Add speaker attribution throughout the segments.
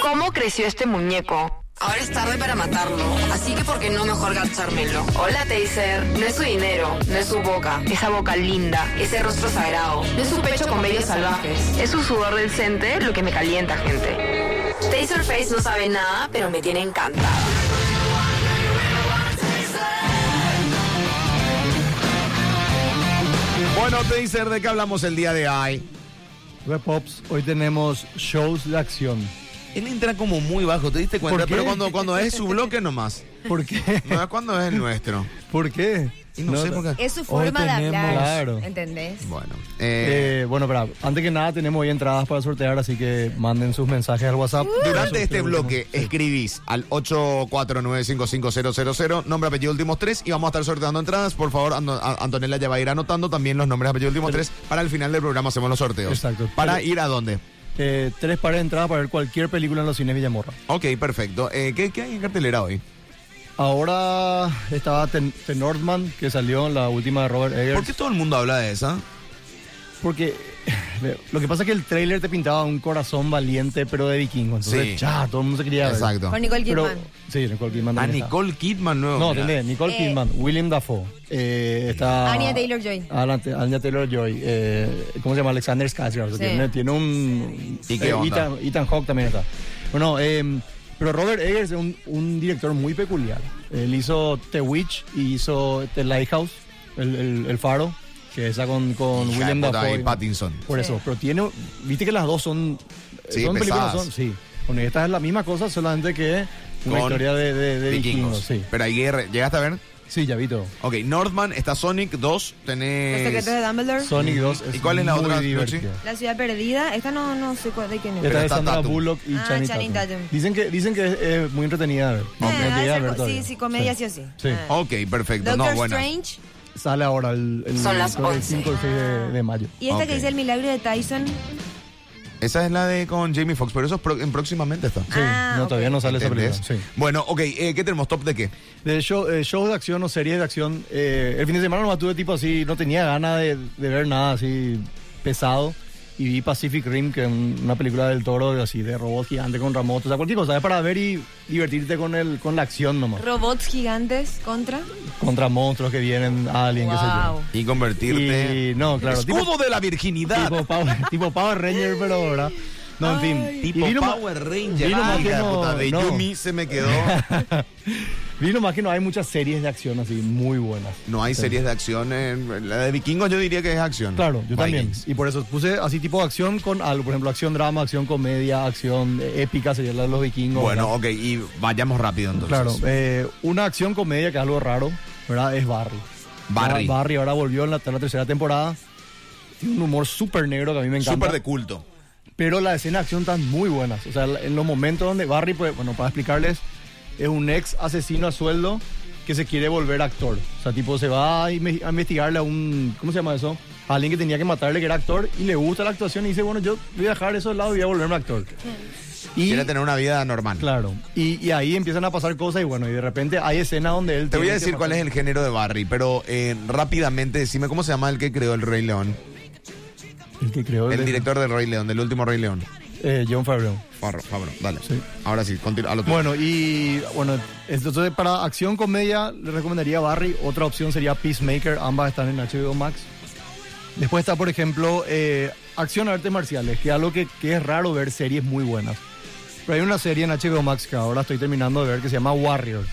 Speaker 1: ¿Cómo creció este muñeco?
Speaker 2: Ahora es tarde para matarlo, así que ¿por qué no mejor gachármelo?
Speaker 1: Hola, Taser.
Speaker 2: No es su dinero, no es su boca,
Speaker 1: Esa boca linda.
Speaker 2: ese rostro sagrado,
Speaker 1: Es su pecho con vellos salvajes. Es su sudor del cente lo que me calienta, gente.
Speaker 2: Taserface no sabe nada, pero me tiene encantada.
Speaker 3: Bueno, Taser, ¿de qué hablamos el día de hoy?
Speaker 4: Repops, hoy tenemos shows de acción.
Speaker 3: Él entra como muy bajo, ¿te diste cuenta?
Speaker 4: ¿Por qué?
Speaker 3: Pero cuando, cuando es su bloque nomás.
Speaker 4: ¿Por qué?
Speaker 3: No es cuando es el nuestro.
Speaker 4: ¿Por qué?
Speaker 3: Y no sé por qué.
Speaker 5: Es su
Speaker 4: Hoy
Speaker 5: forma de
Speaker 4: tenemos-
Speaker 5: hablar.
Speaker 4: claro.
Speaker 5: ¿Entendés?
Speaker 3: Bueno, eh,
Speaker 4: Eh, bueno, pero antes que nada tenemos hoy entradas para sortear, así que manden sus mensajes al WhatsApp.
Speaker 3: durante este bloque escribís al 849-55000, nombre, apellido, últimos tres, y vamos a estar sorteando entradas. Por favor, Ando- a- Antonella ya va a ir anotando también los nombres, apellido, últimos tres. Para el final del programa hacemos los sorteos.
Speaker 4: Exacto.
Speaker 3: ¿Para
Speaker 4: Pero-
Speaker 3: ir a dónde?
Speaker 4: Eh, tres pares de entradas para ver cualquier película en los cines Villamorra.
Speaker 3: Ok, perfecto. Eh, ¿qué, qué hay en cartelera hoy?
Speaker 4: Ahora estaba Ten, The Northman, que salió en la última de Robert Eggers.
Speaker 3: ¿Por qué todo el mundo habla de esa?
Speaker 4: Porque eh, lo que pasa es que el tráiler te pintaba un corazón valiente, pero de vikingo. Entonces,
Speaker 3: Sí.
Speaker 4: ya, todo el mundo se quería ver.
Speaker 3: Exacto.
Speaker 5: Con Nicole
Speaker 4: Pero-
Speaker 5: Kidman.
Speaker 4: sí, Nicole Kidman.
Speaker 3: A
Speaker 4: también está.
Speaker 3: Nicole Kidman nuevo.
Speaker 4: No,
Speaker 3: mirá.
Speaker 4: ¿entendés? Nicole
Speaker 5: Eh,
Speaker 4: Kidman, William Dafoe, eh, está...
Speaker 5: Anya Taylor-Joy.
Speaker 4: Alan- Anya Taylor-Joy, eh, ¿cómo se llama? Alexander Skarsgård.
Speaker 5: Sí.
Speaker 4: Tiene, tiene un... eh,
Speaker 3: ¿Y qué onda?
Speaker 4: Ethan, Ethan Hawke también está. Bueno, eh, pero Robert Eggers es un, un director muy peculiar. Él hizo The Witch y hizo The Lighthouse, El, el- el Faro, que está con, con
Speaker 3: Hija de
Speaker 4: William
Speaker 3: puta,
Speaker 4: Dafoe.
Speaker 3: y Pattinson.
Speaker 4: Por eso, pero tiene... Viste que las dos son...
Speaker 3: Sí,
Speaker 4: son películas,
Speaker 3: pesadas.
Speaker 4: son, sí. Bueno, y esta es la misma cosa, solamente que una
Speaker 3: Con
Speaker 4: historia de, de- de vikingos, sí.
Speaker 3: Pero ahí guerra- llegaste a ver.
Speaker 4: Sí, ya vi todo.
Speaker 3: Ok, Northman, está Sonic 2, tenés...
Speaker 5: Los
Speaker 4: eh,
Speaker 5: secretos de Dumbledore.
Speaker 4: Sonic 2 es
Speaker 3: ¿Y cuál es la
Speaker 4: muy
Speaker 3: otra,
Speaker 4: divertida.
Speaker 3: Luchi?
Speaker 5: La ciudad perdida. Esta no, no sé cuál- de quién es.
Speaker 3: Pero
Speaker 4: Esta es
Speaker 3: está
Speaker 4: Sandra
Speaker 3: Tatum.
Speaker 4: Bullock y
Speaker 5: Ah,
Speaker 4: Channing
Speaker 5: Channing
Speaker 4: Tatum.
Speaker 5: Tatum.
Speaker 4: Dicen que, dicen que es, eh, muy entretenida. a ver. No
Speaker 5: Ah,
Speaker 4: llegué
Speaker 5: debe
Speaker 4: a
Speaker 5: ser
Speaker 4: ver
Speaker 5: co-
Speaker 4: todavía.
Speaker 5: sí, sí, comedia sí o sí.
Speaker 4: Sí. Oh,
Speaker 5: Ah.
Speaker 3: Ok, perfecto.
Speaker 5: Doctor
Speaker 3: no, bueno.
Speaker 5: Strange.
Speaker 4: Sale ahora el, el-
Speaker 2: Son las
Speaker 4: creo que el
Speaker 2: 11.
Speaker 4: 5 o el 6 de, de mayo.
Speaker 5: Y esta
Speaker 3: Ok.
Speaker 5: que dice el milagro de Tyson.
Speaker 3: Esa es la de con Jamie Foxx, pero eso es pro- en próximamente está.
Speaker 4: Sí,
Speaker 5: Ah,
Speaker 4: no,
Speaker 5: ok.
Speaker 4: todavía no sale esa película.
Speaker 3: ¿Entendés?
Speaker 4: Sí.
Speaker 3: Bueno, ok, eh, ¿qué tenemos? ¿Top de qué?
Speaker 4: De show, eh, shows de acción o series de acción, eh, el fin de semana nomás tuve tipo así, no tenía ganas de, de ver nada así pesado. Y vi Pacific Rim, que es un- una película del toro, así de robot gigante con Ramoto, o sea, cualquier cosa, es para ver y divertirte con, el, con la acción nomás.
Speaker 5: Robots gigantes contra.
Speaker 4: Contra monstruos que vienen, alien, qué sé yo.
Speaker 5: Wow.
Speaker 3: Y convertirte...
Speaker 4: Y no, claro,
Speaker 3: Escudo
Speaker 4: tipo,
Speaker 3: de la virginidad.
Speaker 4: tipo, Power, tipo Power Ranger, pero ahora. No, en fin.
Speaker 3: Tipo
Speaker 4: vi lo ma-
Speaker 3: Power Ranger.
Speaker 4: vi lo más
Speaker 3: Ay,
Speaker 4: que
Speaker 3: hija de
Speaker 4: no-
Speaker 3: puta, de
Speaker 4: no.
Speaker 3: Yumi se me quedó.
Speaker 4: Vi nomás que no hay muchas series de acción así muy buenas.
Speaker 3: No hay series de acción. en- la de vikingos yo diría que es acción.
Speaker 4: Claro, yo también.
Speaker 3: Vikings.
Speaker 4: Y por eso puse así tipo de acción con algo. Por ejemplo, acción drama, acción comedia, acción eh, épica, sería la de los vikingos.
Speaker 3: Bueno,
Speaker 4: ¿verdad?
Speaker 3: ok, y vayamos rápido entonces.
Speaker 4: Claro, eh, una acción comedia que es algo raro, ¿verdad? Es Barry.
Speaker 3: Barry.
Speaker 4: Ah, Barry ahora volvió en la, en la tercera temporada. Tiene un humor súper negro que a mí me encanta.
Speaker 3: Súper de culto.
Speaker 4: pero las escenas de acción están muy buenas. O sea, en los momentos donde Barry, pues, bueno, para explicarles, es un ex asesino a sueldo que se quiere volver actor. O sea, tipo, se va a inve- a investigarle a un, ¿cómo se llama eso? A alguien que tenía que matarle, que era actor, y le gusta la actuación y dice, bueno, yo voy a dejar eso de lado y voy a volverme actor. Y,
Speaker 3: Quiere tener una vida normal.
Speaker 4: claro, y, y ahí empiezan a pasar cosas y bueno, y de repente hay escenas donde él...
Speaker 3: Te voy a
Speaker 4: tiene que
Speaker 3: decir cuál es
Speaker 4: matar-
Speaker 3: el género de Barry, pero eh, rápidamente decime cómo se llama el que creó el Rey León.
Speaker 4: el que creó
Speaker 3: El director del Rey León, del último Rey León.
Speaker 4: eh, John Favreau.
Speaker 3: Por favor, dale.
Speaker 4: Sí.
Speaker 3: Ahora sí, continúa. a lo tuyo.
Speaker 4: Bueno, y bueno, entonces para acción comedia le recomendaría Barry. Otra opción sería Peacemaker. Ambas están en HBO Max. Después está, por ejemplo, eh, acción artes marciales, que es algo que, que es raro ver series muy buenas. Pero hay una serie en HBO Max que ahora estoy terminando de ver que se llama Warrior.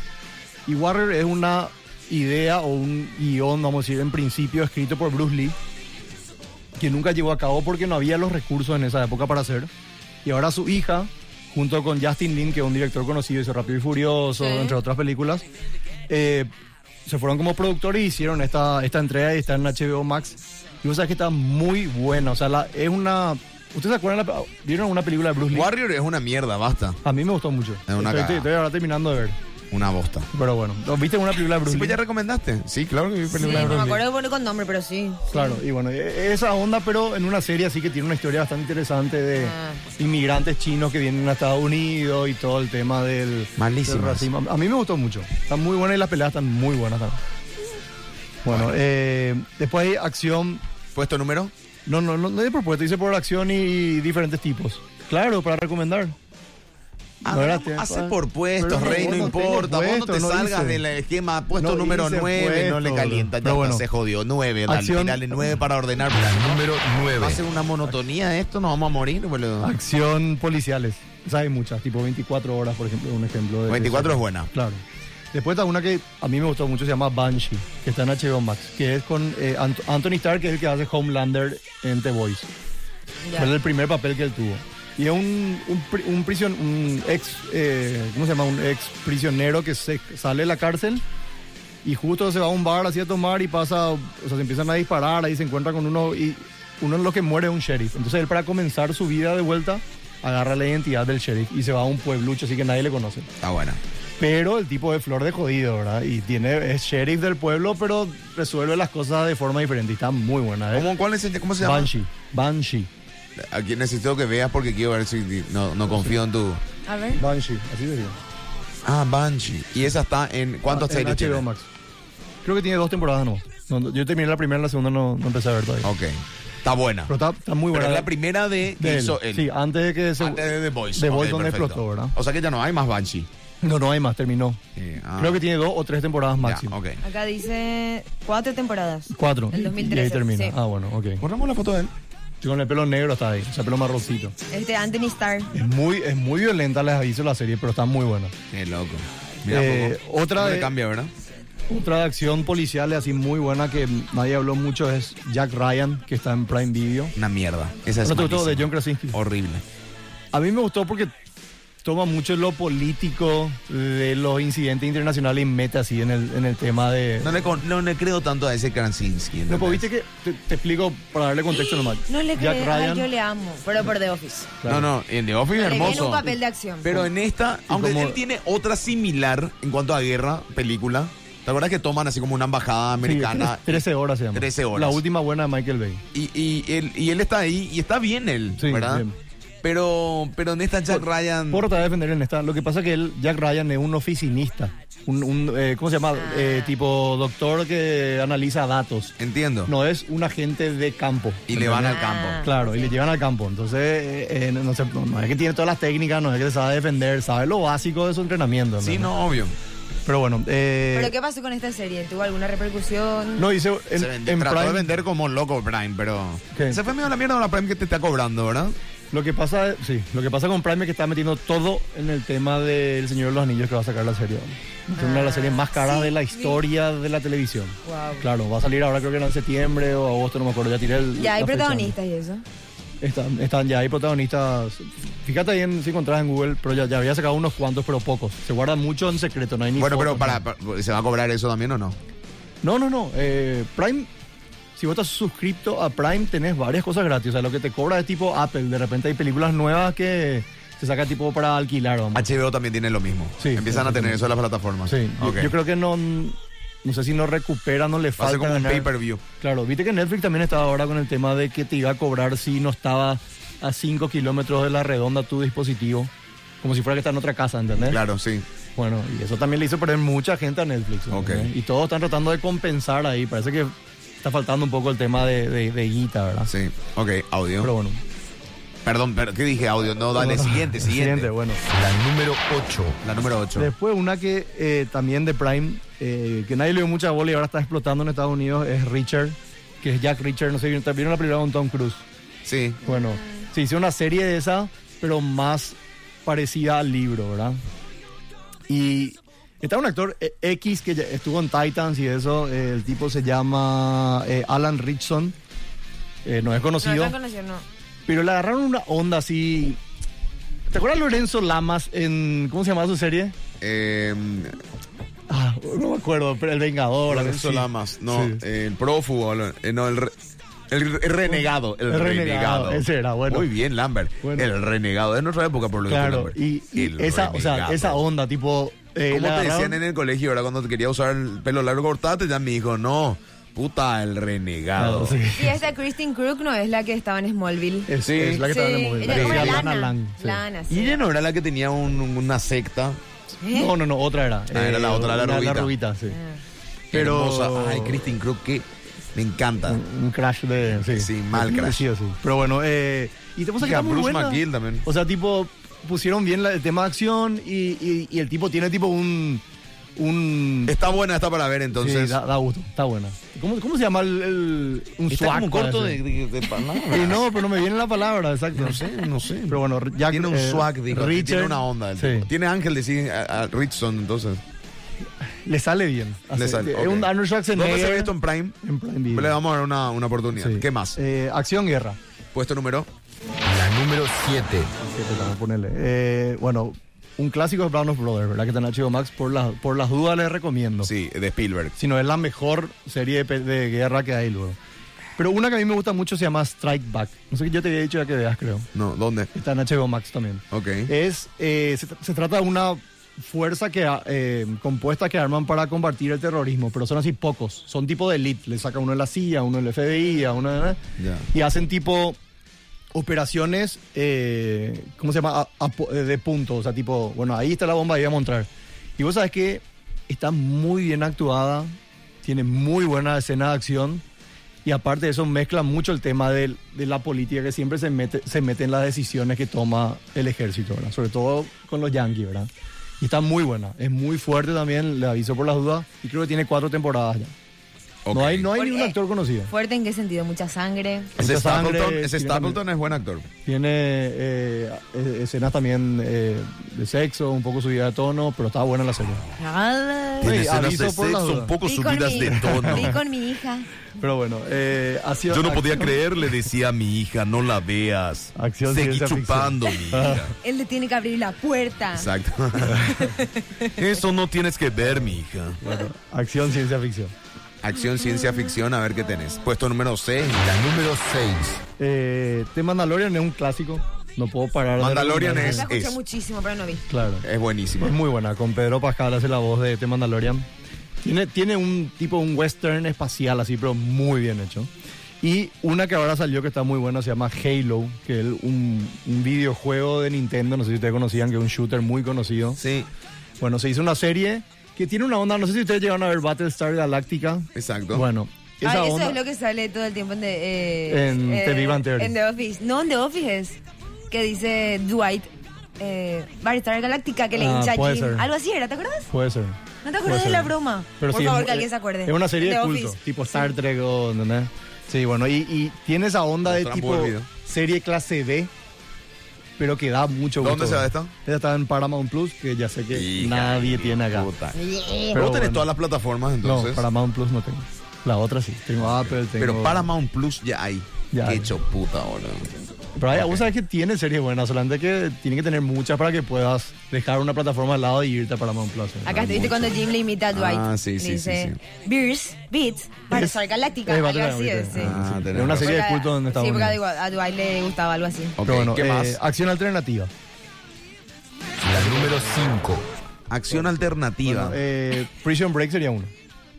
Speaker 4: Y Warrior es una idea o un guión, vamos a decir, en principio escrito por Bruce Lee, que nunca llevó a cabo porque no había los recursos en esa época para hacer. Y ahora su hija, junto con Justin Lin, que es un director conocido, hizo Rápido y Furioso,
Speaker 5: Sí.
Speaker 4: entre otras películas, eh, se fueron como productores y hicieron esta, esta entrega y está en HBO Max. Y vos sabés que está muy buena. O sea, la- es una... ¿Ustedes se acuerdan? la- ¿Vieron una película de Bruce Lee?
Speaker 3: Warrior es una mierda, basta.
Speaker 4: A mí me gustó mucho.
Speaker 3: Es una
Speaker 4: estoy,
Speaker 3: cagada.
Speaker 4: estoy- estoy ahora terminando de ver.
Speaker 3: Una bosta.
Speaker 4: Pero bueno, ¿no? ¿viste una película de Bruce
Speaker 3: Sí, pues
Speaker 4: Lee?
Speaker 3: ya recomendaste. Sí, claro que vi
Speaker 5: Sí,
Speaker 3: película de
Speaker 5: no me
Speaker 3: Bruce Lee.
Speaker 5: acuerdo de poner con nombre, pero sí.
Speaker 4: Claro, y bueno, e- esa onda, pero en una serie así que tiene una historia bastante interesante de
Speaker 5: Ah.
Speaker 4: inmigrantes chinos que vienen a Estados Unidos y todo el tema del,
Speaker 3: Malísimas.
Speaker 4: del racismo. A mí me gustó mucho. Están muy buenas y las peleas están muy buenas también. Bueno, eh, después hay acción.
Speaker 3: ¿Puesto número?
Speaker 4: No, no, no, no hay propuesta, dice por acción y diferentes tipos. Claro, para recomendar.
Speaker 3: A
Speaker 4: No
Speaker 3: ver,
Speaker 4: era
Speaker 3: vamos,
Speaker 4: tiempo,
Speaker 3: Ah, hace
Speaker 4: eh.
Speaker 3: por puestos,
Speaker 4: Pero
Speaker 3: rey, no,
Speaker 4: vos tenés
Speaker 3: importa. vos no
Speaker 4: puesto,
Speaker 3: te
Speaker 4: no
Speaker 3: salgas
Speaker 4: hice.
Speaker 3: del esquema puesto
Speaker 4: No
Speaker 3: número
Speaker 4: hice
Speaker 3: 9, no le
Speaker 4: puesto,
Speaker 3: calienta. Ya está,
Speaker 4: pero bueno.
Speaker 3: se jodió. 9, dale,
Speaker 4: Acción-
Speaker 3: tirale 9 para ordenar. plan, ¿no?
Speaker 6: Número
Speaker 3: ¿Va a
Speaker 6: 9.
Speaker 3: ser una monotonía esto? ¿Nos vamos a morir, boludo?
Speaker 4: Acción policiales. O sea, hay muchas, tipo 24 horas, por ejemplo, un ejemplo. De
Speaker 3: 24 es buena.
Speaker 4: Claro. Después está una que a mí me gustó mucho, se llama Banshee, que está en HBO Max, que es con eh, Ant- Anthony Starr, que es el que hace Homelander en The Voice.
Speaker 5: Ya.
Speaker 4: Fue el primer papel que él tuvo. Y es un, un, pri- un prisión, un ex, eh, ¿cómo se llama? Un ex prisionero que se, sale de la cárcel y justo se va a un bar así a tomar y pasa, o sea, se empiezan a disparar, ahí se encuentra con uno y uno de los que muere es un sheriff. Entonces él para comenzar su vida de vuelta agarra la identidad del sheriff y se va a un pueblucho así que nadie le conoce.
Speaker 3: Está buena.
Speaker 4: Pero el tipo de flor de jodido, ¿verdad? Y tiene, es sheriff del pueblo, pero resuelve las cosas de forma diferente y está muy buena, ¿eh?
Speaker 3: ¿Cómo, cuál es el- cómo se llama?
Speaker 4: Banshee, Banshee,
Speaker 3: Aquí necesito que veas porque quiero ver si no, no confío en tu.
Speaker 5: A ver.
Speaker 4: Banshee, así sería.
Speaker 3: Ah, Banshee. Y esa está en. ¿Cuántos
Speaker 4: Ah, En
Speaker 3: series
Speaker 4: HBO
Speaker 3: tiene?
Speaker 4: Max. Creo que tiene dos temporadas, no. No, no, Yo terminé la primera, la segunda no, no empecé a ver todavía.
Speaker 3: Ok. Está buena.
Speaker 4: Pero está, está muy
Speaker 3: Pero
Speaker 4: buena.
Speaker 3: es la primera de que
Speaker 4: de él.
Speaker 3: hizo él.
Speaker 4: Sí, antes de que se...
Speaker 3: Antes de The Voice.
Speaker 4: The
Speaker 3: Ok,
Speaker 4: Voice donde
Speaker 3: perfecto.
Speaker 4: explotó, ¿verdad?
Speaker 3: O sea que ya no hay más Banshee.
Speaker 4: No, no hay más, terminó.
Speaker 3: Sí, ah.
Speaker 4: Creo que tiene dos o tres temporadas
Speaker 3: Ya,
Speaker 4: máximo.
Speaker 3: ok.
Speaker 5: Acá dice cuatro temporadas.
Speaker 4: Cuatro.
Speaker 5: El
Speaker 4: Y
Speaker 5: 2013,
Speaker 4: ahí termina.
Speaker 5: sí.
Speaker 4: Ah, bueno, ok.
Speaker 3: Borramos la foto de él.
Speaker 4: Sí, Con el pelo negro está ahí, o sea, pelo marroncito.
Speaker 5: Este Anthony Starr.
Speaker 4: Es muy, es muy violenta, les aviso, la serie, pero está muy buena.
Speaker 3: Qué loco. Mira,
Speaker 4: Eh,
Speaker 3: poco.
Speaker 4: otra
Speaker 3: Hombre
Speaker 4: de-
Speaker 3: cambia, ¿verdad?
Speaker 4: Otra de acción policial así muy buena que nadie habló mucho es Jack Ryan, que está en Prime Video.
Speaker 3: Una mierda. Esa es
Speaker 4: ¿No te gustó
Speaker 3: malísima.
Speaker 4: de John Krasinski?
Speaker 3: Horrible.
Speaker 4: A mí me gustó porque toma mucho lo político de los incidentes internacionales y mete así en el, en el tema de...
Speaker 3: No le, con- no le creo tanto a ese Krasinski.
Speaker 4: No, pues
Speaker 3: ¿entendés?
Speaker 4: viste que te, te explico para darle contexto nomás.
Speaker 5: No le
Speaker 4: Jack
Speaker 5: creo.
Speaker 4: Ryan,
Speaker 5: Ay, yo le amo. Pero por The Office.
Speaker 4: claro.
Speaker 3: No, no, en The Office
Speaker 5: Pero
Speaker 3: hermoso.
Speaker 5: tiene un papel de acción.
Speaker 3: Pero en esta,
Speaker 4: Y
Speaker 3: aunque
Speaker 4: como-
Speaker 3: él tiene otra similar en cuanto a guerra, película. ¿Te acuerdas que toman así como una embajada
Speaker 4: Sí,
Speaker 3: americana?
Speaker 4: tres- 13 horas se llama.
Speaker 3: 13 horas.
Speaker 4: La última buena de Michael Bay.
Speaker 3: Y, y él, y él está ahí y está bien él,
Speaker 4: Sí,
Speaker 3: ¿verdad?
Speaker 4: bien.
Speaker 3: Pero, pero en esta Jack Ryan.
Speaker 4: Por tratar de defender en esta. Lo que pasa es que él, Jack Ryan es un oficinista. Un, un, eh, ¿Cómo se llama?
Speaker 5: Ah.
Speaker 4: Eh, tipo doctor que analiza datos.
Speaker 3: Entiendo.
Speaker 4: No es un agente de campo.
Speaker 3: Y le van al
Speaker 5: Ah,
Speaker 3: campo.
Speaker 4: Claro, y le llevan al campo. Entonces, eh, eh, no, no sé, no- no es que tiene todas las técnicas, no es que sabe defender, sabe lo básico de su entrenamiento. ¿no?
Speaker 3: Sí, no, obvio.
Speaker 4: Pero bueno, eh,
Speaker 5: ¿Pero qué pasó con esta serie? ¿Tuvo alguna repercusión?
Speaker 4: no hice en,
Speaker 3: Se vende-
Speaker 4: en
Speaker 3: trató
Speaker 4: Prime,
Speaker 3: de vender como loco Prime, pero.
Speaker 4: ¿Qué?
Speaker 3: Se fue medio la mierda con la Prime que te está cobrando, ¿verdad?
Speaker 4: Lo que pasa, es- sí, lo que pasa con Prime es que está metiendo todo en el tema del Señor de los Anillos que va a sacar la serie. Es una de las series más caras de la historia de la televisión.
Speaker 5: Guau.
Speaker 4: Claro, va a salir ahora creo que en septiembre o agosto, no me acuerdo, ya tiré el
Speaker 5: Ya hay
Speaker 4: la fecha.
Speaker 5: protagonistas y eso.
Speaker 4: Están, están ya, hay protagonistas. Fíjate ahí en, si encontrás en Google, pero ya, ya había sacado unos cuantos, pero pocos. Se guardan mucho en secreto, no hay ni
Speaker 3: Bueno, pero
Speaker 4: fotos,
Speaker 3: para,
Speaker 4: ¿no?
Speaker 3: para- ¿se va a cobrar eso también o no?
Speaker 4: No, no, no. eh, Prime, si vos estás suscrito a Prime, tenés varias cosas gratis. O sea, lo que te cobra es tipo Apple. De repente hay películas nuevas que te saca tipo para alquilar. Vamos.
Speaker 3: HBO también tiene lo mismo.
Speaker 4: Sí,
Speaker 3: Empiezan a tener
Speaker 4: exactamente.
Speaker 3: eso en las plataformas.
Speaker 4: Sí, yo-
Speaker 3: Ok.
Speaker 4: yo, creo que no. No sé si no recupera, no le
Speaker 3: Va a
Speaker 4: falta.
Speaker 3: ser como un
Speaker 4: ganar.
Speaker 3: pay-per-view.
Speaker 4: Claro, viste que Netflix también estaba ahora con el tema de que te iba a cobrar si no estaba a 5 kilómetros de la redonda tu dispositivo. Como si fuera que está en otra casa, ¿entendés?
Speaker 3: Claro, sí.
Speaker 4: Bueno, y eso también le hizo perder mucha gente a Netflix. ¿entendés?
Speaker 3: Ok.
Speaker 4: Y todos están tratando de compensar ahí. Parece que está faltando un poco el tema de, de, de guita, ¿verdad?
Speaker 3: Ah, Sí. Ok, audio.
Speaker 4: Pero bueno.
Speaker 3: Perdón, pero ¿qué dije? Audio. No, dale, siguiente, siguiente.
Speaker 4: bueno.
Speaker 6: La número 8.
Speaker 3: La número 8.
Speaker 4: Después una que eh, también de Prime, eh, que nadie le dio mucha bola y ahora está explotando en Estados Unidos, es Richard, que es Jack Richard. No sé, ¿vieron vieron la película con Tom Cruise?
Speaker 3: Sí.
Speaker 4: Bueno, se hizo una serie de esa, pero más parecida al libro, ¿verdad? Y está un actor eh, X que ya estuvo en Titans y eso, eh, el tipo se llama eh, Alan Richson, eh, no es
Speaker 5: No,
Speaker 4: conocido,
Speaker 5: no conoció, no.
Speaker 4: pero le agarraron una onda así... ¿Te acuerdas Lorenzo Lamas en... ¿Cómo se llamaba su serie?
Speaker 3: Eh,
Speaker 4: Ah, no me acuerdo, pero El Vengador. algo
Speaker 3: Lorenzo
Speaker 4: así.
Speaker 3: Lamas. No,
Speaker 4: Sí.
Speaker 3: eh, el prófugo. lo- eh, no, el, re- el, re- el renegado. El,
Speaker 4: El
Speaker 3: renegado.
Speaker 4: renegado, ese era, bueno.
Speaker 3: Muy bien, Lambert.
Speaker 4: Bueno.
Speaker 3: El renegado. De nuestra época, por lo que
Speaker 4: Claro, y, y esa, o sea, esa onda, tipo... eh, le
Speaker 3: Como te
Speaker 4: agarraron-
Speaker 3: decían en el colegio, ¿verdad? Cuando te quería usar el pelo largo cortate, ya me dijo, no, puta, el renegado.
Speaker 4: Ah, sí.
Speaker 5: Y esta Kristen Crook no es la que estaba en Smallville.
Speaker 4: Es,
Speaker 3: Sí.
Speaker 4: es Eh, la que
Speaker 5: Sí,
Speaker 4: estaba en el móvil.
Speaker 5: ella
Speaker 4: Sí,
Speaker 5: como era
Speaker 4: Lana
Speaker 5: Lana.
Speaker 4: Lang, sí.
Speaker 5: Lana, sí.
Speaker 3: Y ella no era la que tenía un- una secta.
Speaker 5: ¿Eh?
Speaker 4: No, no, no, otra era.
Speaker 3: Ah, era la otra, la
Speaker 4: una-
Speaker 3: rubita.
Speaker 4: sí.
Speaker 3: Pero.
Speaker 4: Pero-
Speaker 3: Ay, Kristen Crook, que me
Speaker 5: Ah.
Speaker 3: encanta.
Speaker 4: Un, un crash de. Sí,
Speaker 3: Sí, mal crash.
Speaker 4: Sí, sí. Pero bueno, eh, y te pasa que
Speaker 3: Y a
Speaker 4: está muy
Speaker 3: Bruce
Speaker 4: buena.
Speaker 3: McGill también.
Speaker 4: O sea, tipo, pusieron bien la- el tema de acción y, y- y el tipo tiene tipo un... un
Speaker 3: Está buena, está para ver entonces.
Speaker 4: Sí, da, da gusto, está buena. ¿Cómo, cómo se llama el, el- un
Speaker 6: Está
Speaker 4: swag
Speaker 6: como
Speaker 4: parece?
Speaker 6: corto de, de, de palabras.
Speaker 4: Sí, no, pero no me viene la palabra, exacto.
Speaker 6: No sé, no sé.
Speaker 4: Pero bueno, Jack,
Speaker 6: Tiene un
Speaker 4: eh,
Speaker 6: swag, digo,
Speaker 4: Richard,
Speaker 3: Tiene una onda. el
Speaker 4: sí,
Speaker 3: tipo. Tiene Ángel de sí a, a Richardson, entonces.
Speaker 4: le sale pues, bien.
Speaker 3: Le
Speaker 4: Así,
Speaker 3: sale,
Speaker 4: Ah, Es
Speaker 3: ok.
Speaker 4: un Arnold Schwarzenegger.
Speaker 3: ¿Dónde se ve esto en Prime?
Speaker 4: En Prime Video.
Speaker 3: Le vamos a dar una, una oportunidad.
Speaker 4: Sí.
Speaker 3: ¿Qué más?
Speaker 4: Eh, acción guerra.
Speaker 3: Puesto número.
Speaker 6: La número 7.
Speaker 4: Siete también, ponele. Eh, bueno, un clásico de Brown of Brothers, ¿verdad? Que está en HBO Max. Por, las por las dudas les recomiendo.
Speaker 3: Sí, de Spielberg.
Speaker 4: Si no es la mejor serie de, pe- de guerra que hay luego. Pero una que a mí me gusta mucho se llama Strike Back. No sé qué yo te había dicho ya que veas, creo.
Speaker 3: No, ¿dónde?
Speaker 4: Está en HBO Max también.
Speaker 3: Ok.
Speaker 4: Es, eh, se, se trata de una fuerza que a- eh, compuesta que arman para combatir el terrorismo, pero son así pocos. Son tipo de elite. Le saca uno de la CIA, uno del FBI, a uno de...
Speaker 3: Ya.
Speaker 4: Y hacen tipo operaciones, eh, ¿cómo se llama? A- a pu- eh, de punto. O sea, tipo, bueno, ahí está la bomba, ahí vamos a entrar. Y vos sabes que está muy bien actuada, tiene muy buena escena de acción. Y aparte de eso, mezcla mucho el tema del- de, la política que siempre se mete, se mete en las decisiones que toma el ejército, ¿verdad? Sobre todo con los yankees, ¿verdad? Y está muy buena. Es muy fuerte también, le aviso por las dudas. Y creo que tiene cuatro temporadas ya.
Speaker 3: Ok.
Speaker 4: No hay, no hay
Speaker 5: Porque-
Speaker 4: ni un actor conocido.
Speaker 5: Fuerte en qué sentido, mucha sangre.
Speaker 3: Ese
Speaker 4: Mucha sangre,
Speaker 3: Stapleton, ese
Speaker 4: tiene
Speaker 3: Stapleton
Speaker 4: también-
Speaker 3: es buen actor.
Speaker 4: Tiene eh, eh, escenas también eh, de sexo, un poco subida de tono, pero está buena la serie.
Speaker 5: Vi
Speaker 4: Tiene
Speaker 6: Tiene
Speaker 4: Oye, escenas
Speaker 6: escenas
Speaker 4: aviso de
Speaker 6: de
Speaker 4: por la sexo
Speaker 6: sexo
Speaker 4: duda. un
Speaker 6: un poco
Speaker 5: con
Speaker 6: subidas
Speaker 5: mi-
Speaker 6: de tono.
Speaker 5: Vi con mi hija.
Speaker 4: Pero bueno, eh, ha sido...
Speaker 6: Yo no podía
Speaker 4: acción-
Speaker 6: creer, le decía a mi hija, no la veas.
Speaker 4: Acción,
Speaker 6: Seguí
Speaker 4: ciencia ficción.
Speaker 6: chupando, mi hija.
Speaker 5: Él le tiene que abrir la puerta.
Speaker 3: Exacto.
Speaker 6: Eso no tienes que ver, mi hija.
Speaker 4: Acción, ciencia ficción.
Speaker 3: Acción, ciencia ficción, a ver qué tenés. Puesto número 6.
Speaker 6: La número 6.
Speaker 4: Eh, The Mandalorian es un clásico. No puedo parar de
Speaker 3: Mandalorian
Speaker 4: recomendarlo.
Speaker 5: La escuché
Speaker 3: Es.
Speaker 5: muchísimo, pero no vi.
Speaker 4: Claro.
Speaker 3: Es buenísimo.
Speaker 4: Es muy buena. Con Pedro Pascal hace la voz de The Mandalorian. Tiene, tiene un tipo, un western espacial así, pero muy bien hecho. Y una que ahora salió que está muy buena se llama Halo, que es un, un videojuego de Nintendo, no sé si ustedes conocían, que es un shooter muy conocido.
Speaker 3: Sí,
Speaker 4: Bueno, se hizo una serie que tiene una onda, no sé si ustedes llegaron a ver Battlestar Galactica.
Speaker 3: exacto.
Speaker 4: Bueno, esa
Speaker 5: Ah, eso
Speaker 4: onda...
Speaker 5: es lo que sale todo el tiempo en The, eh,
Speaker 4: En The Big Bang Theory.
Speaker 5: En The Office. No, en The Office es. Que dice Dwight. Eh, Battlestar Galáctica que le
Speaker 4: Ah,
Speaker 5: hincha a
Speaker 4: puede
Speaker 5: Jim.
Speaker 4: ser.
Speaker 5: Algo así era, ¿te acuerdas?
Speaker 4: Puede ser.
Speaker 5: ¿No te
Speaker 4: Puede
Speaker 5: acuerdas de
Speaker 4: ser.
Speaker 5: la broma?
Speaker 4: Pero
Speaker 5: Por
Speaker 4: sí,
Speaker 5: favor,
Speaker 4: es-
Speaker 5: que alguien se acuerde.
Speaker 4: Es una serie
Speaker 5: The
Speaker 4: de
Speaker 5: Office.
Speaker 4: culto, tipo Star Trek o... ¿entendés? Sí, bueno, y, y tiene esa onda
Speaker 3: Los
Speaker 4: de
Speaker 3: trampos
Speaker 4: tipo
Speaker 3: del video.
Speaker 4: serie clase B, pero que da mucho gusto.
Speaker 3: ¿Dónde se
Speaker 4: ver.
Speaker 3: va esta?
Speaker 4: Esta está en Paramount Plus, que ya sé que
Speaker 3: Hija
Speaker 4: nadie tiene acá.
Speaker 3: Puta.
Speaker 4: Pero
Speaker 3: Vos tenés
Speaker 4: bueno.
Speaker 3: todas las plataformas entonces.
Speaker 4: No, Paramount Plus no tengo. La otra sí, tengo Apple, tengo...
Speaker 3: Pero Paramount Plus ya hay.
Speaker 4: Ya
Speaker 3: Qué
Speaker 4: hay.
Speaker 3: hecho puta ahora.
Speaker 4: Pero hay, vos sabés que tiene series buenas, solamente que tiene que tener muchas para que puedas dejar una plataforma al lado y irte a Paramount Plus. ¿verdad?
Speaker 5: Acá estuviste cuando Jim le imita a Dwight.
Speaker 3: Ah, sí,
Speaker 5: Le
Speaker 3: sí,
Speaker 5: dice, Beers, Beats, Battlestar Galáctica.
Speaker 4: Es
Speaker 5: Algo
Speaker 4: Battlestar
Speaker 5: así es, sí.
Speaker 4: Galactica.
Speaker 3: Ah,
Speaker 4: Sí,
Speaker 3: tenés
Speaker 4: Es una
Speaker 3: razón.
Speaker 4: serie de
Speaker 5: Porque-
Speaker 4: culto donde está
Speaker 5: Sí, porque a Dwight- a Dwight le gustaba algo así.
Speaker 3: Ok,
Speaker 4: Pero bueno,
Speaker 3: ¿qué
Speaker 4: eh,
Speaker 3: más?
Speaker 4: acción alternativa.
Speaker 6: La número 5.
Speaker 3: Acción alternativa.
Speaker 4: Bueno, eh, Prison Break sería uno.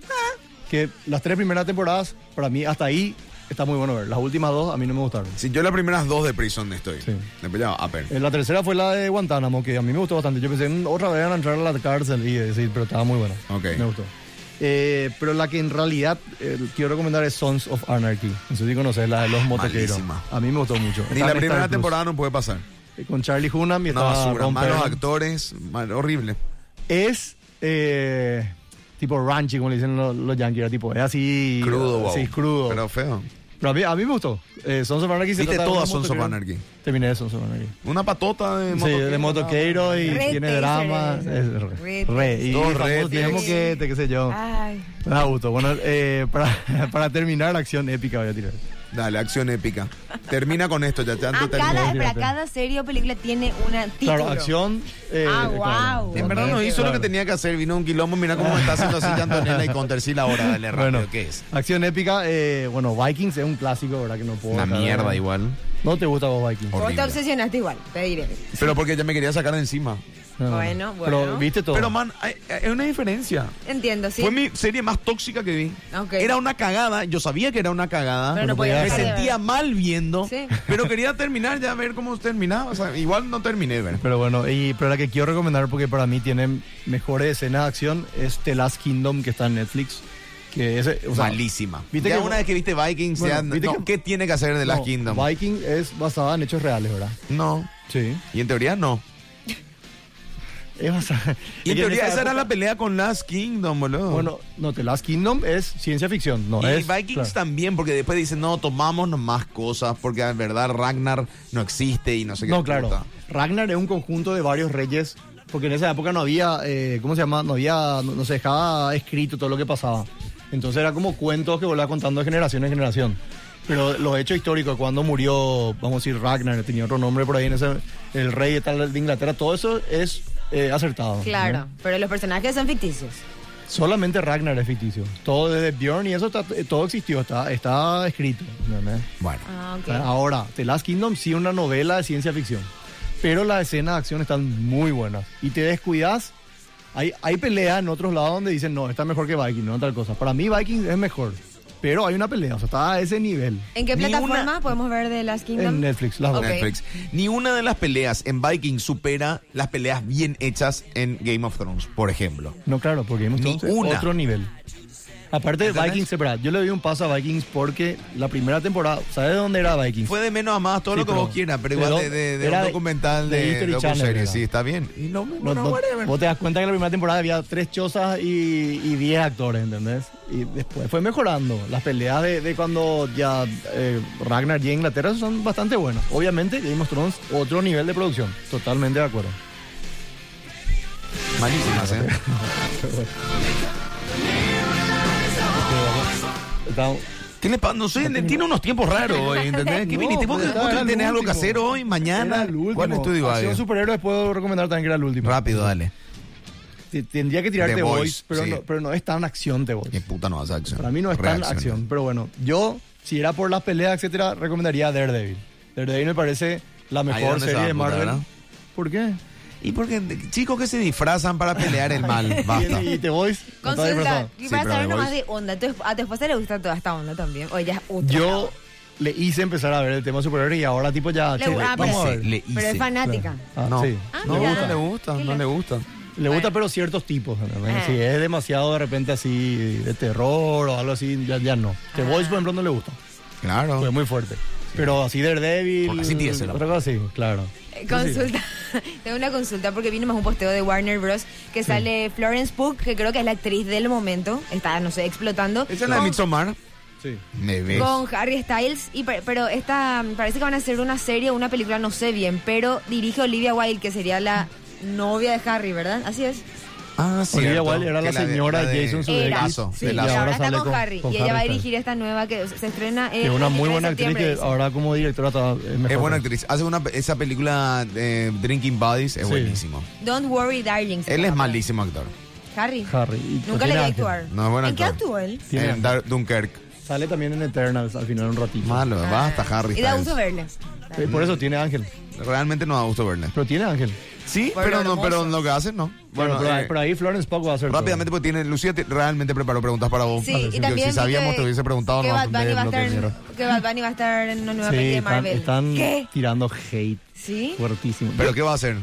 Speaker 5: Ah.
Speaker 4: Que las tres primeras temporadas, para mí, hasta ahí está muy bueno ver. Las últimas dos a mí no me gustaron.
Speaker 3: Si yo las primeras dos de Prison estoy. ah,
Speaker 4: Sí.
Speaker 3: Después ya, Upper.
Speaker 4: Eh, La tercera fue la de Guantánamo, que a mí me gustó bastante. Yo pensé, "Mm, otra vez van a entrar a la cárcel y decir, pero estaba muy buena.
Speaker 3: Ok.
Speaker 4: Me gustó. Eh, pero la que en realidad eh, quiero recomendar es Sons of Anarchy. No sé si conoces la de los motoqueros.
Speaker 3: malísima.
Speaker 4: A mí me gustó mucho.
Speaker 3: Ni
Speaker 4: Está
Speaker 3: la
Speaker 4: en Star
Speaker 3: primera
Speaker 4: Plus.
Speaker 3: temporada no puede pasar.
Speaker 4: Eh, Con Charlie Hunnam y
Speaker 3: Una
Speaker 4: estaba
Speaker 3: basura.
Speaker 4: Ron
Speaker 3: Malos
Speaker 4: Perlman.
Speaker 3: actores. mal- horrible.
Speaker 4: es eh, tipo ranchy, como le dicen los, los yankees, era tipo, es así.
Speaker 3: Crudo, wow.
Speaker 4: así, crudo.
Speaker 3: Pero feo.
Speaker 4: Pero a mí, a mí me gustó. Eh, Sons of Anarchy se
Speaker 3: Viste
Speaker 4: trata de
Speaker 3: todas
Speaker 4: unos
Speaker 3: Sons of
Speaker 4: motoqueros.
Speaker 3: Anarchy.
Speaker 4: Terminé de Sons of Anarchy.
Speaker 3: Una patota de
Speaker 4: Sí, de motoquero y
Speaker 5: Re
Speaker 4: tiene
Speaker 5: taser
Speaker 4: drama.
Speaker 5: es.
Speaker 4: Es re.
Speaker 5: Re
Speaker 4: re. Y
Speaker 3: Todo
Speaker 4: famoso
Speaker 3: re
Speaker 4: tenemos que, te- qué sé yo.
Speaker 5: Ay.
Speaker 4: Da gusto. Bueno, eh, para, para terminar, acción épica voy a tirar.
Speaker 3: Dale, acción épica. Termina con esto, ya. ya
Speaker 5: Ah,
Speaker 3: antes
Speaker 5: cada,
Speaker 3: termina.
Speaker 4: terminé.
Speaker 5: para cada serie o película tiene una título.
Speaker 4: Claro, acción. eh,
Speaker 5: Ah,
Speaker 4: claro.
Speaker 5: wow.
Speaker 3: En verdad no hizo lo que tenía que hacer. Vino un quilombo. Mira cómo me está haciendo así ya Antonella y Contercila ahora. Dale rápido.
Speaker 4: Bueno,
Speaker 3: ¿Qué es?
Speaker 4: acción épica. eh, bueno, Vikings es un clásico, ¿verdad? Que no puedo.
Speaker 3: Una
Speaker 4: dejar de
Speaker 3: mierda
Speaker 4: ver.
Speaker 3: igual.
Speaker 4: No te gusta vos, Vikings.
Speaker 5: Vos
Speaker 3: horrible.
Speaker 5: te obsesionaste igual, te diré.
Speaker 3: Pero porque ya me quería sacar de encima.
Speaker 4: No.
Speaker 5: Bueno, bueno.
Speaker 4: Pero viste todo.
Speaker 3: Pero, man, hay- hay una diferencia.
Speaker 5: Entiendo, sí.
Speaker 3: Fue mi serie más tóxica que vi.
Speaker 5: Ok.
Speaker 3: Era una cagada, yo sabía que era una cagada.
Speaker 5: Pero no podía
Speaker 4: me
Speaker 3: me
Speaker 5: dejar de ver.
Speaker 3: sentía mal viendo,
Speaker 5: Sí.
Speaker 3: pero quería terminar ya ver cómo terminaba. O sea, igual no terminé, ver.
Speaker 4: Pero bueno, y, pero la que quiero recomendar porque para mí tiene mejores escenas de acción es The Last Kingdom que está en Netflix. Que es, o sea,
Speaker 3: Malísima.
Speaker 4: viste
Speaker 3: ya
Speaker 4: que-
Speaker 3: una vez que viste Vikings,
Speaker 4: Bueno,
Speaker 3: ya,
Speaker 4: viste
Speaker 3: no,
Speaker 4: que-
Speaker 3: ¿qué tiene que hacer de Last
Speaker 4: no,
Speaker 3: Kingdom?
Speaker 4: Viking es basada en hechos reales, ¿verdad?
Speaker 3: No.
Speaker 4: Sí.
Speaker 3: Y en teoría no.
Speaker 4: Es basa-
Speaker 7: Y
Speaker 4: es
Speaker 7: en
Speaker 4: que
Speaker 7: teoría,
Speaker 4: esa
Speaker 7: esa era
Speaker 4: época-
Speaker 7: la pelea con Last Kingdom, boludo.
Speaker 4: Bueno, no, The Last Kingdom es ciencia ficción, no
Speaker 3: y
Speaker 4: es.
Speaker 3: Vikings
Speaker 4: claro.
Speaker 3: también, porque después dicen, no, tomamos más cosas, porque ah, en verdad Ragnar no existe y no sé qué.
Speaker 4: No, claro.
Speaker 3: puta.
Speaker 4: Ragnar es un conjunto de varios reyes, porque en esa época no había, eh, ¿cómo se llama? No había, no, no se dejaba escrito todo lo que pasaba. Entonces era como cuentos que volaba contando de generación en generación. Pero los hechos históricos, cuando murió, vamos a decir, Ragnar, tenía otro nombre por ahí, en ese, el rey de tal de Inglaterra, todo eso es eh, acertado.
Speaker 5: Claro,
Speaker 4: ¿no?
Speaker 5: pero los personajes son ficticios.
Speaker 4: Solamente Ragnar es ficticio. Todo desde Bjorn y eso está- eh, todo existió, está, está escrito. ¿entendés?
Speaker 3: Bueno.
Speaker 5: Ah, ok.
Speaker 4: Ahora, The Last Kingdom sí una novela de ciencia ficción, pero las escenas de acción están muy buenas. Y te descuidas, hay, hay peleas en otros lados donde dicen, no, está mejor que Viking, no tal cosa. Para mí Viking es mejor, pero hay una pelea, o sea, está a ese nivel.
Speaker 5: ¿En qué
Speaker 3: Ni
Speaker 5: plataforma
Speaker 3: una-
Speaker 5: podemos ver de Last Kingdom?
Speaker 4: En Netflix, las dos.
Speaker 5: Ok.
Speaker 3: Netflix. Ni una de las peleas en Vikings supera las peleas bien hechas en Game of Thrones, por ejemplo.
Speaker 4: No, claro, porque Game of
Speaker 3: Ni
Speaker 4: Thrones
Speaker 3: una.
Speaker 4: es otro nivel. Aparte de
Speaker 3: ¿Entendés?
Speaker 4: Vikings, separado, yo le doy un paso a Vikings porque la primera temporada, ¿sabes de dónde era Vikings?
Speaker 3: Fue de menos a más todo
Speaker 4: Sí,
Speaker 3: lo que
Speaker 4: pero-
Speaker 3: vos quieras, pero
Speaker 4: de
Speaker 3: igual
Speaker 4: do-
Speaker 3: de, de- de
Speaker 4: era
Speaker 3: un
Speaker 4: de-
Speaker 3: documental
Speaker 4: de
Speaker 3: de,
Speaker 4: History Channel,
Speaker 3: docuserie,
Speaker 4: era.
Speaker 3: sí, está bien. Y no,
Speaker 4: No,
Speaker 3: no,
Speaker 4: no-
Speaker 3: whatever.
Speaker 4: vos te das cuenta que la primera temporada había tres chozas y, y diez actores, ¿entendés? Y después fue mejorando. Las peleas de, de cuando ya eh, Ragnar y Inglaterra son bastante buenas. Obviamente, Game of Thrones, otro nivel de producción. Totalmente de acuerdo.
Speaker 3: Malísimas, ¿eh?
Speaker 4: Está-
Speaker 3: ¿Qué le pasa? No sé, tiene unos tiempos raros hoy, ¿entendés? ¿Qué
Speaker 4: No,
Speaker 3: viniste? ¿Vos,
Speaker 4: pero
Speaker 3: vos
Speaker 4: era el
Speaker 3: tenés algo que
Speaker 4: último.
Speaker 3: hacer hoy,
Speaker 4: era
Speaker 3: mañana?
Speaker 4: el último.
Speaker 3: ¿Cuál es tu divague?
Speaker 4: Acción superhéroes puedo recomendar también que era el último.
Speaker 3: Rápido, dale.
Speaker 4: T- Tendría que tirar
Speaker 3: The
Speaker 4: The,
Speaker 3: Boys,
Speaker 4: Voice, pero,
Speaker 3: sí.
Speaker 4: no, pero no es tan acción The Voice.
Speaker 3: Qué puta no hace acción.
Speaker 4: Para mí no es tan
Speaker 3: Reacción.
Speaker 4: acción, pero bueno, yo, si era por las peleas, etcétera, recomendaría Daredevil. Daredevil me parece la mejor
Speaker 3: donde se va
Speaker 4: serie
Speaker 3: a
Speaker 4: de
Speaker 3: apuntar,
Speaker 4: Marvel.
Speaker 3: ¿no?
Speaker 4: ¿Por qué?
Speaker 3: Y porque de- chicos que se disfrazan para pelear el mal, basta.
Speaker 4: Y, y The Voice. no está
Speaker 5: Consulta,
Speaker 4: disfrazado.
Speaker 5: y
Speaker 3: Sí,
Speaker 5: para
Speaker 3: pero
Speaker 5: saber
Speaker 3: The
Speaker 5: nomás
Speaker 3: Voice.
Speaker 5: de onda, tu esp- a tu esposa le gusta toda esta onda también. O ella es ultra
Speaker 4: Yo le hice empezar a ver el tema superior y ahora tipo ya,
Speaker 5: Le-
Speaker 4: che,
Speaker 5: ah,
Speaker 4: vamos a
Speaker 5: pero-
Speaker 4: ver.
Speaker 3: Le
Speaker 5: brava. Pero
Speaker 3: hice.
Speaker 5: es fanática.
Speaker 4: Ah,
Speaker 3: No,
Speaker 4: sí.
Speaker 5: Ah,
Speaker 3: no,
Speaker 5: mira.
Speaker 3: no le gusta, no le gusta.
Speaker 4: Le gusta, pero ciertos tipos. ¿no?
Speaker 5: Ah.
Speaker 4: Si es demasiado de repente así de terror o algo así, ya, ya no. The
Speaker 5: Ah.
Speaker 4: Voice, por ejemplo, no le gusta.
Speaker 3: Claro.
Speaker 4: Fue muy fuerte. Pero así Daredevil.
Speaker 3: Porque así tiene que ser la
Speaker 4: otra cosa así, claro.
Speaker 5: Eh, Consulta, tengo una consulta porque vino más un posteo de Warner Bros. que sale Florence Pugh, que creo que es la actriz del momento, está, no sé, explotando.
Speaker 3: Esa es la de
Speaker 5: con-
Speaker 3: Midsommar.
Speaker 4: Sí.
Speaker 3: Me ves.
Speaker 5: Con Harry Styles, y per- pero esta mm, parece que van a hacer una serie o una película, no sé bien, pero dirige Olivia Wilde, que sería la novia de Harry, ¿verdad? Así es.
Speaker 3: Ah, sí.
Speaker 4: Olivia Wilde era la señora Jason
Speaker 3: de,
Speaker 4: Sudeikis.
Speaker 5: Era.
Speaker 3: Lazo,
Speaker 5: Sí,
Speaker 3: de
Speaker 5: y
Speaker 3: Lazo.
Speaker 5: ahora
Speaker 4: sale
Speaker 5: está con,
Speaker 4: con-
Speaker 5: Harry.
Speaker 4: con
Speaker 5: y ella va a
Speaker 4: Harry
Speaker 5: dirigir esta nueva que se estrena el
Speaker 4: Que es una
Speaker 5: 23
Speaker 4: muy
Speaker 5: Este de
Speaker 4: buena actriz
Speaker 5: septiembre,
Speaker 4: que
Speaker 5: dice.
Speaker 4: ahora como directora está, es mejor.
Speaker 3: Es buena actriz. Hace una, esa película eh, Drinking Buddies es
Speaker 4: Sí.
Speaker 3: buenísimo.
Speaker 5: Don't worry, darling. se
Speaker 3: Él es
Speaker 5: llama.
Speaker 3: malísimo actor.
Speaker 5: Harry.
Speaker 4: Harry. Y
Speaker 5: Nunca
Speaker 4: tiene
Speaker 5: le vi
Speaker 4: ángel.
Speaker 5: actuar.
Speaker 3: No es buen
Speaker 5: ¿En qué
Speaker 3: actor.
Speaker 5: actuó él?
Speaker 4: Tiene
Speaker 3: en
Speaker 4: ángel.
Speaker 3: Eh, Dar- Dunkirk.
Speaker 4: Sale también en Eternals al final un ratito.
Speaker 3: Malo, basta, Harry.
Speaker 5: Ah. Y da
Speaker 3: Styles.
Speaker 5: gusto verle.
Speaker 4: Eh, por eso tiene ángel.
Speaker 3: Realmente no da gusto verle.
Speaker 4: Pero tiene ángel.
Speaker 3: Sí,
Speaker 5: Bueno,
Speaker 3: pero no,
Speaker 5: hermoso.
Speaker 3: pero lo que hacen no.
Speaker 4: Bueno,
Speaker 3: Bueno,
Speaker 4: pero, ahí-
Speaker 3: eh,
Speaker 4: pero ahí Florence Pugh va a hacer
Speaker 3: rápidamente, porque tiene. Lucía te- realmente preparó preguntas para vos.
Speaker 5: Sí,
Speaker 3: Porque
Speaker 5: y también
Speaker 3: si
Speaker 5: vi
Speaker 3: sabíamos,
Speaker 5: que-
Speaker 3: te hubiese preguntado.
Speaker 5: que
Speaker 3: no,
Speaker 5: Bad Bunny va a
Speaker 3: lo que
Speaker 5: estar en,
Speaker 3: mierda.
Speaker 5: que Bad Bunny va a estar en una nueva
Speaker 4: todo. Sí,
Speaker 5: película de
Speaker 4: están,
Speaker 5: Marvel.
Speaker 4: están
Speaker 5: ¿Qué?
Speaker 4: tirando hate
Speaker 5: ¿Sí?
Speaker 4: fuertísimo.
Speaker 3: Pero ¿qué va a hacer?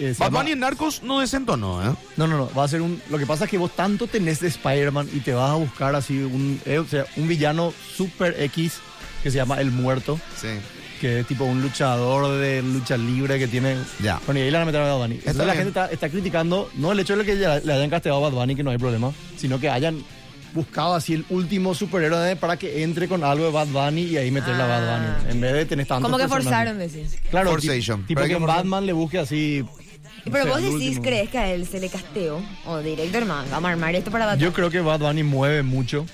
Speaker 4: Eh, se
Speaker 3: Bad
Speaker 4: llama-
Speaker 3: Bunny en Narcos no desentonó, ¿eh?
Speaker 4: No, no, no. Va a ser un. Lo que pasa es que vos tanto tenés de Spider-Man y te vas a buscar así un. eh, o sea, un villano super X que se llama El Muerto.
Speaker 3: Sí.
Speaker 4: que es tipo un luchador de lucha libre que tiene.
Speaker 3: Ya.
Speaker 4: Bueno, y ahí la metieron a Bad Bunny. Entonces la
Speaker 3: bien.
Speaker 4: gente está, está criticando, no el hecho de que ya le hayan castigado a Bad Bunny, que no hay problema, sino que hayan buscado así el último superhéroe de- para que entre con algo de Bad Bunny y ahí meterla a Bad Bunny. En vez de tener tanto.
Speaker 5: Ah. Como que forzaron, decís.
Speaker 4: Claro, ti-
Speaker 3: Forzation.
Speaker 4: tipo
Speaker 3: Pero hay
Speaker 4: que
Speaker 3: que
Speaker 4: en
Speaker 3: forzar.
Speaker 4: Batman le busque así. no
Speaker 5: Pero
Speaker 4: sé,
Speaker 5: vos
Speaker 4: al
Speaker 5: decís,
Speaker 4: último.
Speaker 5: ¿crees que a él se le casteó? O director, hermano, vamos a armar esto para Bad
Speaker 4: Yo creo que Bad Bunny mueve mucho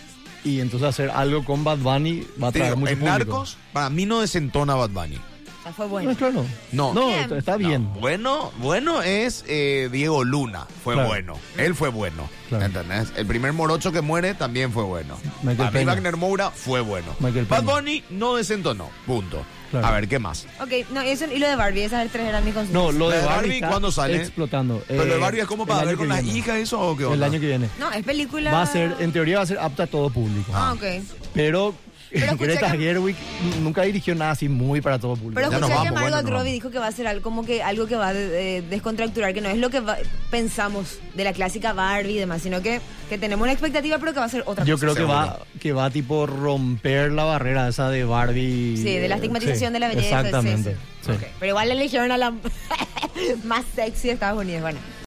Speaker 4: y entonces hacer algo con Bad Bunny va a
Speaker 3: Te
Speaker 4: traer
Speaker 3: digo,
Speaker 4: mucho
Speaker 3: en
Speaker 4: público.
Speaker 3: Narcos, para mí no desentona Bad Bunny.
Speaker 5: O sea, fue
Speaker 4: No,
Speaker 5: bueno.
Speaker 4: es claro.
Speaker 3: No.
Speaker 4: No,
Speaker 5: Bien.
Speaker 4: está
Speaker 3: No,
Speaker 4: bien.
Speaker 3: Bueno, bueno es eh, Diego Luna. Fue
Speaker 4: Claro.
Speaker 3: bueno. Él fue bueno.
Speaker 4: Claro.
Speaker 3: ¿Entendés? El primer morocho que muere también fue bueno.
Speaker 4: Michael
Speaker 3: Para mí
Speaker 4: Peña.
Speaker 3: Wagner Moura fue bueno.
Speaker 4: Michael
Speaker 3: Bad
Speaker 4: Peña.
Speaker 3: Bunny no desentonó. Punto.
Speaker 4: Claro.
Speaker 3: A ver, ¿qué más?
Speaker 5: Ok, no, eso, y lo de Barbie, esas tres eran mis consultas.
Speaker 4: No, lo
Speaker 3: ¿La
Speaker 4: de
Speaker 3: de
Speaker 4: Barbie,
Speaker 3: Barbie
Speaker 4: está
Speaker 3: cuándo sale?
Speaker 4: Explotando.
Speaker 3: Pero
Speaker 4: Eh,
Speaker 3: lo de Barbie es como
Speaker 4: el
Speaker 3: para
Speaker 4: año
Speaker 3: ver
Speaker 4: que
Speaker 3: con las
Speaker 4: viene.
Speaker 3: hijas eso o qué
Speaker 4: El
Speaker 3: onda?
Speaker 4: año que viene.
Speaker 5: No, es película.
Speaker 4: Va a ser, en teoría va a ser apta a todo público.
Speaker 5: Ah, ok.
Speaker 4: Pero,
Speaker 5: escuché
Speaker 4: Greta
Speaker 5: que-
Speaker 4: Gerwig nunca dirigió nada así muy para todo público.
Speaker 5: Pero
Speaker 3: Ya nos
Speaker 5: escuché que
Speaker 3: vamos,
Speaker 5: Margot
Speaker 3: bueno, nos vamos.
Speaker 5: Robbie dijo que va a ser algo como que algo que va a eh, descontracturar, que no es lo que va- pensamos de la clásica Barbie y demás, sino que, que tenemos una expectativa, pero que va a ser otra
Speaker 4: Yo
Speaker 5: cosa.
Speaker 4: creo que va, que va tipo romper la barrera esa de Barbie.
Speaker 5: Sí, de la
Speaker 4: eh,
Speaker 5: estigmatización
Speaker 4: sí,
Speaker 5: de la belleza. sí,
Speaker 4: Exactamente.
Speaker 5: sí.
Speaker 4: sí.
Speaker 5: Ok, Pero igual le eligieron a la más sexy de Estados Unidos. Bueno,